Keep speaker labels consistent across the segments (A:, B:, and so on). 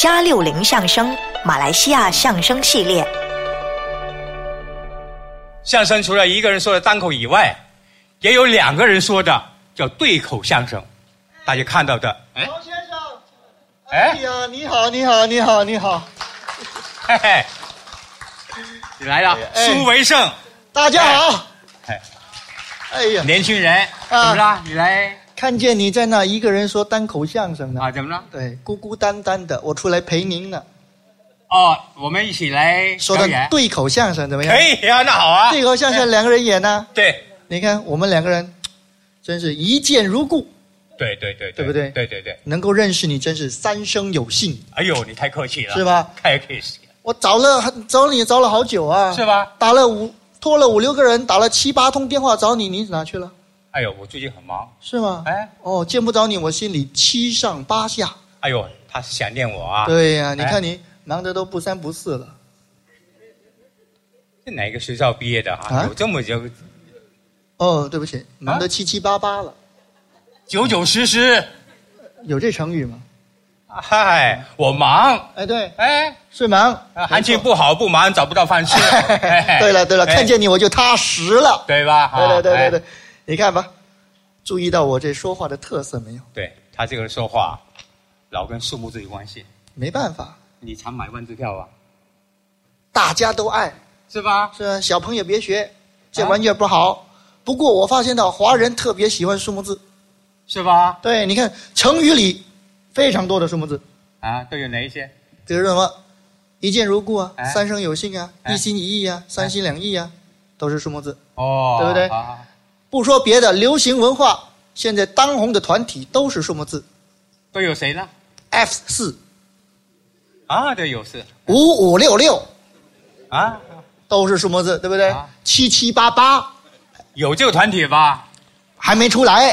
A: 加六零相声马来西亚相声系列。
B: 相声除了一个人说的单口以外，也有两个人说的叫对口相声，大家看到的。哎，
C: 王先生，
B: 哎
C: 哎呀，你好，你好，你好，你好，
B: 嘿嘿，你来了，
C: 哎
B: 苏维盛，
C: 大家好。
B: 哎
C: 哎呀，啊
B: 年轻人，怎
C: 嗯
B: 么了？你来
C: 看见你在那一个人说单口相声呢，
B: 啊？怎么了？
C: 对，孤孤单单的，我出来陪您呢。
B: 哦，我们一起来
C: 说
B: 表
C: 的
B: 演。
C: 对口相声怎么样
B: 可？以呀，那好啊。
C: 对口相声两个人演呢，
B: 对
C: 你看我们两个人，真是一见如故，
B: 对对对，
C: 对不对
B: 对对对。
C: 能够认识你真是三生有幸，
B: 哎呦，你太客气了，
C: 是？吧？
B: 太客气了，
C: 我找了找你找了好久啊，
B: 是？吧？
C: 打了五托了五六个人，打了七八通电话找你，你哪去了？
B: 哎呦，我最近很忙。
C: 是吗？
B: 哎，
C: 哦，见不着你，我心里七上八下。
B: 哎呦，他是想念我啊。
C: 对呀、你
B: 哎
C: 看你忙得都不三不四了。
B: 这哪个学校毕业的啊？
C: 啊
B: 有这么有
C: 哦，对不
B: 啊
C: 起，忙得七七八八了，
B: 九九十十？
C: 有这成语吗？
B: 嗨，我忙，
C: 哎，对，
B: 哎，
C: 是忙，
B: 啊行情
C: 没
B: 不好不忙，找不到饭 吃。
C: 错。对了对了，
B: 哎
C: 看见你我就踏实了。
B: 对吧？啊
C: 对对对对
B: 哎
C: 对，你看吧，注意到我这说话的特色没有？
B: 对，他这个人说话老跟数目字有关系。
C: 没办法，
B: 你常买万字票吧？
C: 大家都爱，
B: 是吧？
C: 是吧小朋友别
B: 啊
C: 学，这玩意儿不好。不过我发现到华人特别喜欢数目字，
B: 是吧？
C: 对，你看成语里非常多的数目字。
B: 啊，都有哪一些？
C: 比如什么一见如故啊
B: 哎，
C: 三生有幸啊，
B: 哎
C: 一心一意啊，三心两意啊，都是数目字。
B: 哦，
C: 对不对
B: 好好好
C: 不说别的，流行文化现在当红的团体都是数目字
B: 都有谁呢？
C: ，F 四
B: 啊，对，有事
C: 五五六六
B: 啊，
C: 都是数目字，对不对
B: 啊？
C: 七七八八
B: 有这个团体吧？
C: 还没出来，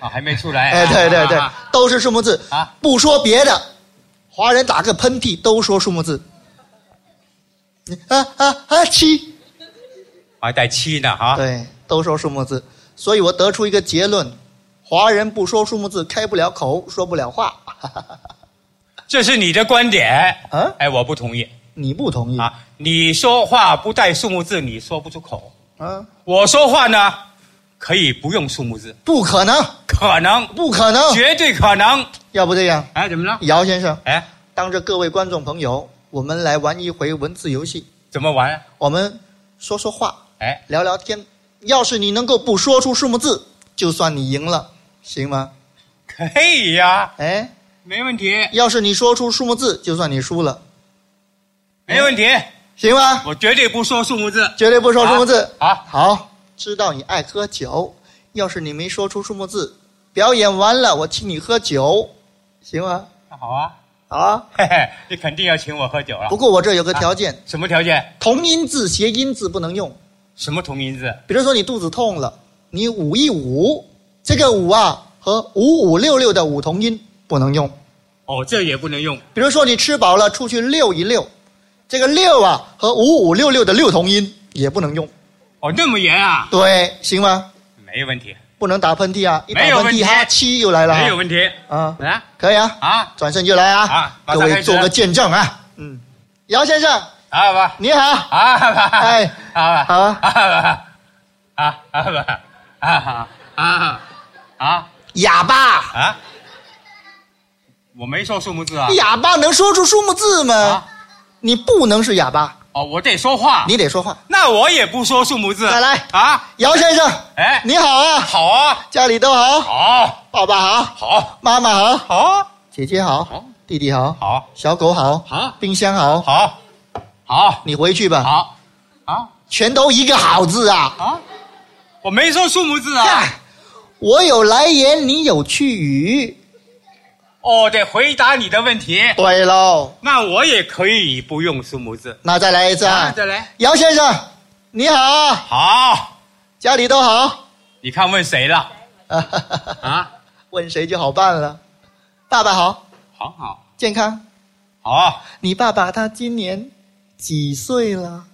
B: 啊，还没出来。
C: 哎，对对对
B: 啊啊啊，
C: 都是数目字
B: 啊。
C: 不说别的，华人打个喷嚏都说数目字。啊啊啊！七。
B: 还带七呢哈。
C: 对，都说数目字，所以我得出一个结论：华人不说数目字，开不了口，说不了话。
B: 这是你的观点。
C: 啊
B: 哎，我不同意
C: 你不同意？
B: 啊！你说话不带数目字，你说不出口。
C: 啊，
B: 我说话呢，可以不用数目字，
C: 不可能，
B: 可能，
C: 不可能！
B: 绝对可能。
C: 要不这样，
B: 哦哎，怎么了？
C: 姚先生，
B: 哎，
C: 当着各位观众朋友，我们来玩一回文字游戏，
B: 怎么玩啊？
C: 我们说说话，
B: 哎，
C: 聊聊天。要是你能够不说出数目字，就算你赢了，行吗？
B: 可以呀、
C: 哎，
B: 没问题，
C: 要是你说出数目字，就算你输了，
B: 没问题，
C: 行吗？
B: 我绝对不说数目字。
C: 绝对不说数目字。
B: 好，
C: 好，知道你爱喝酒，要是你没说出数目字，表演完了我请你喝酒，行吗？
B: 那好啊，
C: 好啊。
B: 嘿嘿，你肯定要请我喝酒了
C: 不。过我这有个条件，
B: 什么条件？
C: 同音字、谐音字不能用。
B: 什么同名字？
C: 比如说你肚子痛了，你捂一捂，这个捂啊和五五六六的五同音不能用。
B: 哦，这也不能用。
C: 比如说你吃饱了出去溜一溜，这个六啊和五五六六的六同音也不能用。
B: 哦，那么严啊？
C: 对，行吗？
B: 没问题，
C: 不能打喷嚏啊！一打
B: 没有
C: 喷
B: 问题
C: 嚏哈七又来了啊，
B: 没有问题。
C: 啊，
B: 来
C: 可以啊。
B: 啊，
C: 转身就来啊！
B: 啊马
C: 各
B: 上开
C: 位
B: 始
C: 做个见证啊！嗯，姚先生
B: 好吧，
C: 你好，
B: 啊吧，
C: 哎
B: 啊吧，
C: 好啊，
B: 啊吧，啊啊吧，啊啊啊啊
C: 哑巴，
B: 啊！我没说数目字啊。
C: 哑巴能说出数目字吗
B: 啊？
C: 你不能是哑巴，
B: 哦，我得说话。
C: 你得说话。
B: 那我也不说数目字。
C: 再来
B: 啊！
C: 姚先生，
B: 哎，
C: 你好啊，
B: 好啊，
C: 家里都好，
B: 好，
C: 爸爸好，
B: 好，
C: 妈妈好，
B: 好，
C: 姐姐好
B: 好，
C: 弟弟好，
B: 好，
C: 小狗好，
B: 好，
C: 冰箱好，
B: 好，好，
C: 你回去吧，
B: 好，啊
C: 全都一个好字啊！
B: 啊！我没说数目字啊。
C: 嗨我有来言，你有去语。
B: 哦，得回答你的问题。
C: 对喽，
B: 那我也可以不用数目字。
C: 那再来一次啊！
B: 再来。
C: 姚先生，你好啊。
B: 好，
C: 家里都好
B: 你看问谁了？
C: 啊，
B: 啊，
C: 问谁就好办了。爸爸好，
B: 好好
C: 健康。
B: 好，
C: 你爸爸他今年几岁了？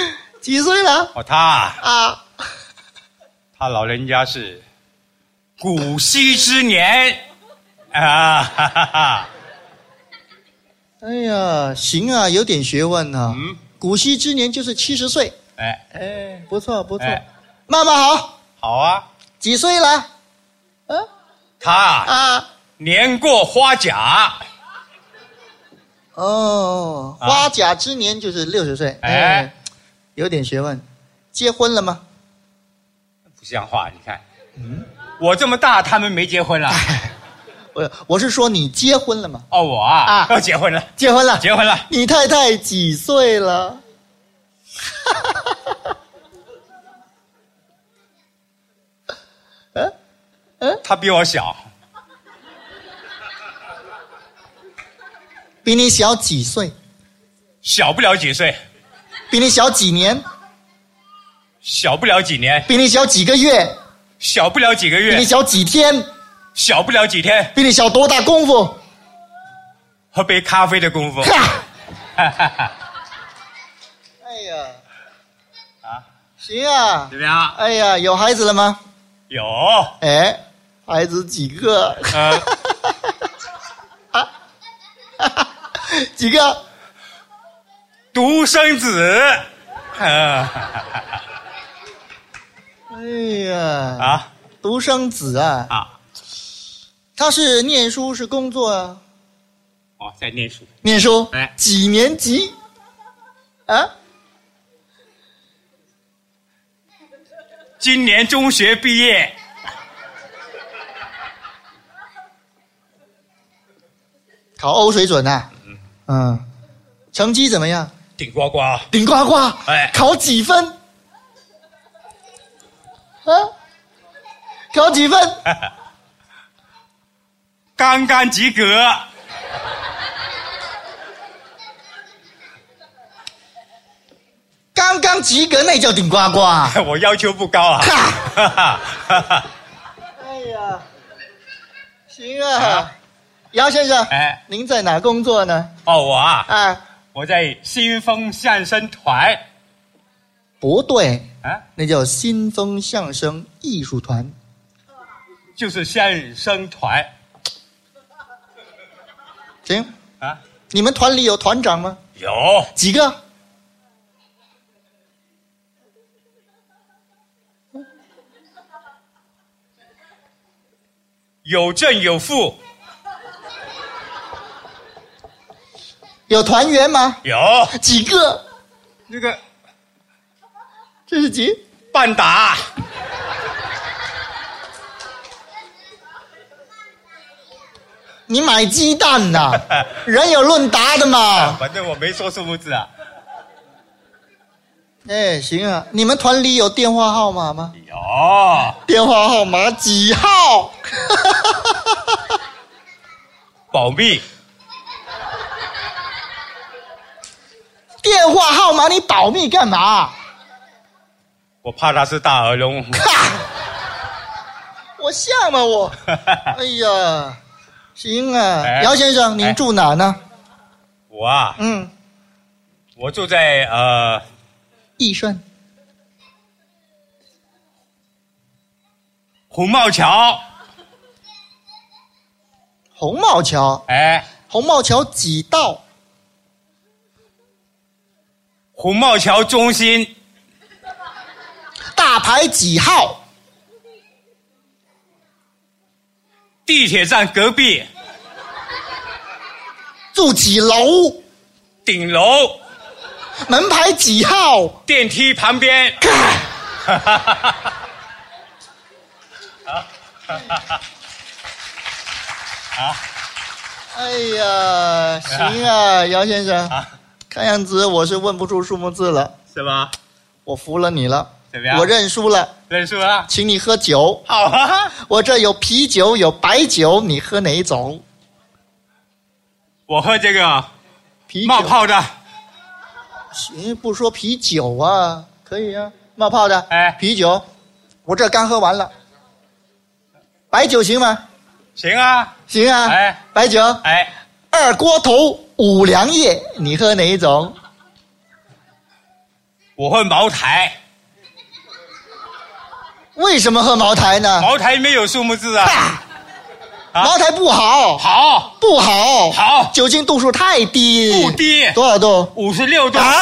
C: 几岁了
B: 哦，他啊哦
C: 啊？
B: 他老人家是古稀之年啊，哈哈哈！
C: 哎呀，行啊，有点学问呐、
B: 嗯
C: 古稀之年就是七十岁，
B: 哎，
C: 哎，不错不错。
B: 哎
C: 妈妈好，
B: 好啊，
C: 几岁了？嗯
B: 他
C: 啊，
B: 年过花甲，
C: 哦，
B: 啊
C: 花甲之年就是六十岁，哎
B: 哎，
C: 有点学问。结婚了吗？
B: 不像话，你看，嗯我这么大，他们没结婚 了。
C: 哎我我是说你结婚了吗？
B: 哦，我啊
C: 啊，
B: 要结婚了，
C: 结婚了。
B: 结婚了，
C: 你太太几岁了？
B: 他比我小，
C: 比你小几岁？
B: 小不了几岁，
C: 比你小几年？
B: 小不了几年，
C: 比你小几个月？
B: 小不了几个
C: 比
B: 月
C: 你，小几天？
B: 小不了几天，
C: 比你小多大功夫？
B: 喝杯咖啡的 功夫。
C: 哈！
B: 哈哈哈
C: 哎呀，
B: 啊，
C: 行啊
B: 怎。么样？
C: 哎呀，有孩子了吗？
B: 有，
C: 哎，孩子几个？
B: 呃，
C: 几个？
B: 独生子，呃
C: 哎呀，
B: 啊
C: 独生子啊，
B: 啊，
C: 他是念书是工作啊？
B: 哎哦，在念书，
C: 念书？
B: 哎
C: 几年级？啊？
B: 今年中学毕业，
C: 考欧水准啊？嗯，成绩怎么样？
B: 顶呱呱，
C: 顶呱呱！
B: 哎
C: 考几分？啊？考几分？
B: 刚刚及格。
C: 刚刚及格，那叫顶呱呱。
B: 我要求不高啊。哈哈哈哈
C: 哎呀，行啊，姚先生，
B: 哎
C: 您在哪工作呢？
B: 哦，我啊，
C: 啊，
B: 我在新丰相声团
C: 不对，
B: 啊，
C: 那叫新风相声艺术团。
B: 就是相声团
C: 行，
B: 啊，
C: 你们团里有团长吗？
B: 有
C: 几个？
B: 有正有负，
C: 有团员吗？
B: 有
C: 几个？
B: 那个
C: 这是几？
B: 半打
C: 你买鸡蛋 呐、人有论达的嘛。
B: 反正我没说数目字啊，
C: 哎，行啊，你们团里有电话号码吗？
B: 有
C: 电话号码几号？
B: 保密
C: 电话号码你保密干嘛？
B: 我怕他是大耳 聋，
C: 我像吗 我？哎呀，行啊，
B: 哎
C: 姚先生，您
B: 哎
C: 住哪呢？
B: 我啊，
C: 嗯，
B: 我住在呃
C: 益顺。
B: 红帽桥，
C: 红帽桥，
B: 哎，
C: 红帽桥几道？
B: 红帽桥中心
C: 大牌几号？
B: 地铁站隔壁
C: 住几楼？
B: 顶楼
C: 门牌几号？
B: 电梯旁边。
C: 哎呀，行 啊，姚先生，
B: 啊，
C: 看样子我是问不出数目字了，
B: 是吧？
C: 我服了你了，
B: 怎么样
C: 我认输了，
B: 认输了，
C: 请你喝酒。
B: 好啊！
C: 我这有啤酒，有白酒，你喝哪一种？
B: 我喝这个
C: 啤酒
B: 冒泡的，
C: 行，不说啤酒啊，可以啊，冒泡的。
B: 哎
C: 啤酒，我这刚喝完了。白酒行吗？
B: 行啊！
C: 行啊。
B: 哎，
C: 白酒，
B: 哎，
C: 二锅头五粮液，你喝哪一种？
B: 我喝茅台，
C: 为什么喝茅台呢？
B: 茅台没有数目字啊。啊
C: 茅台不好，
B: 好，
C: 不好，
B: 好
C: 酒精度数太低，
B: 不低
C: 多少度？
B: 五十六度。
C: 啊！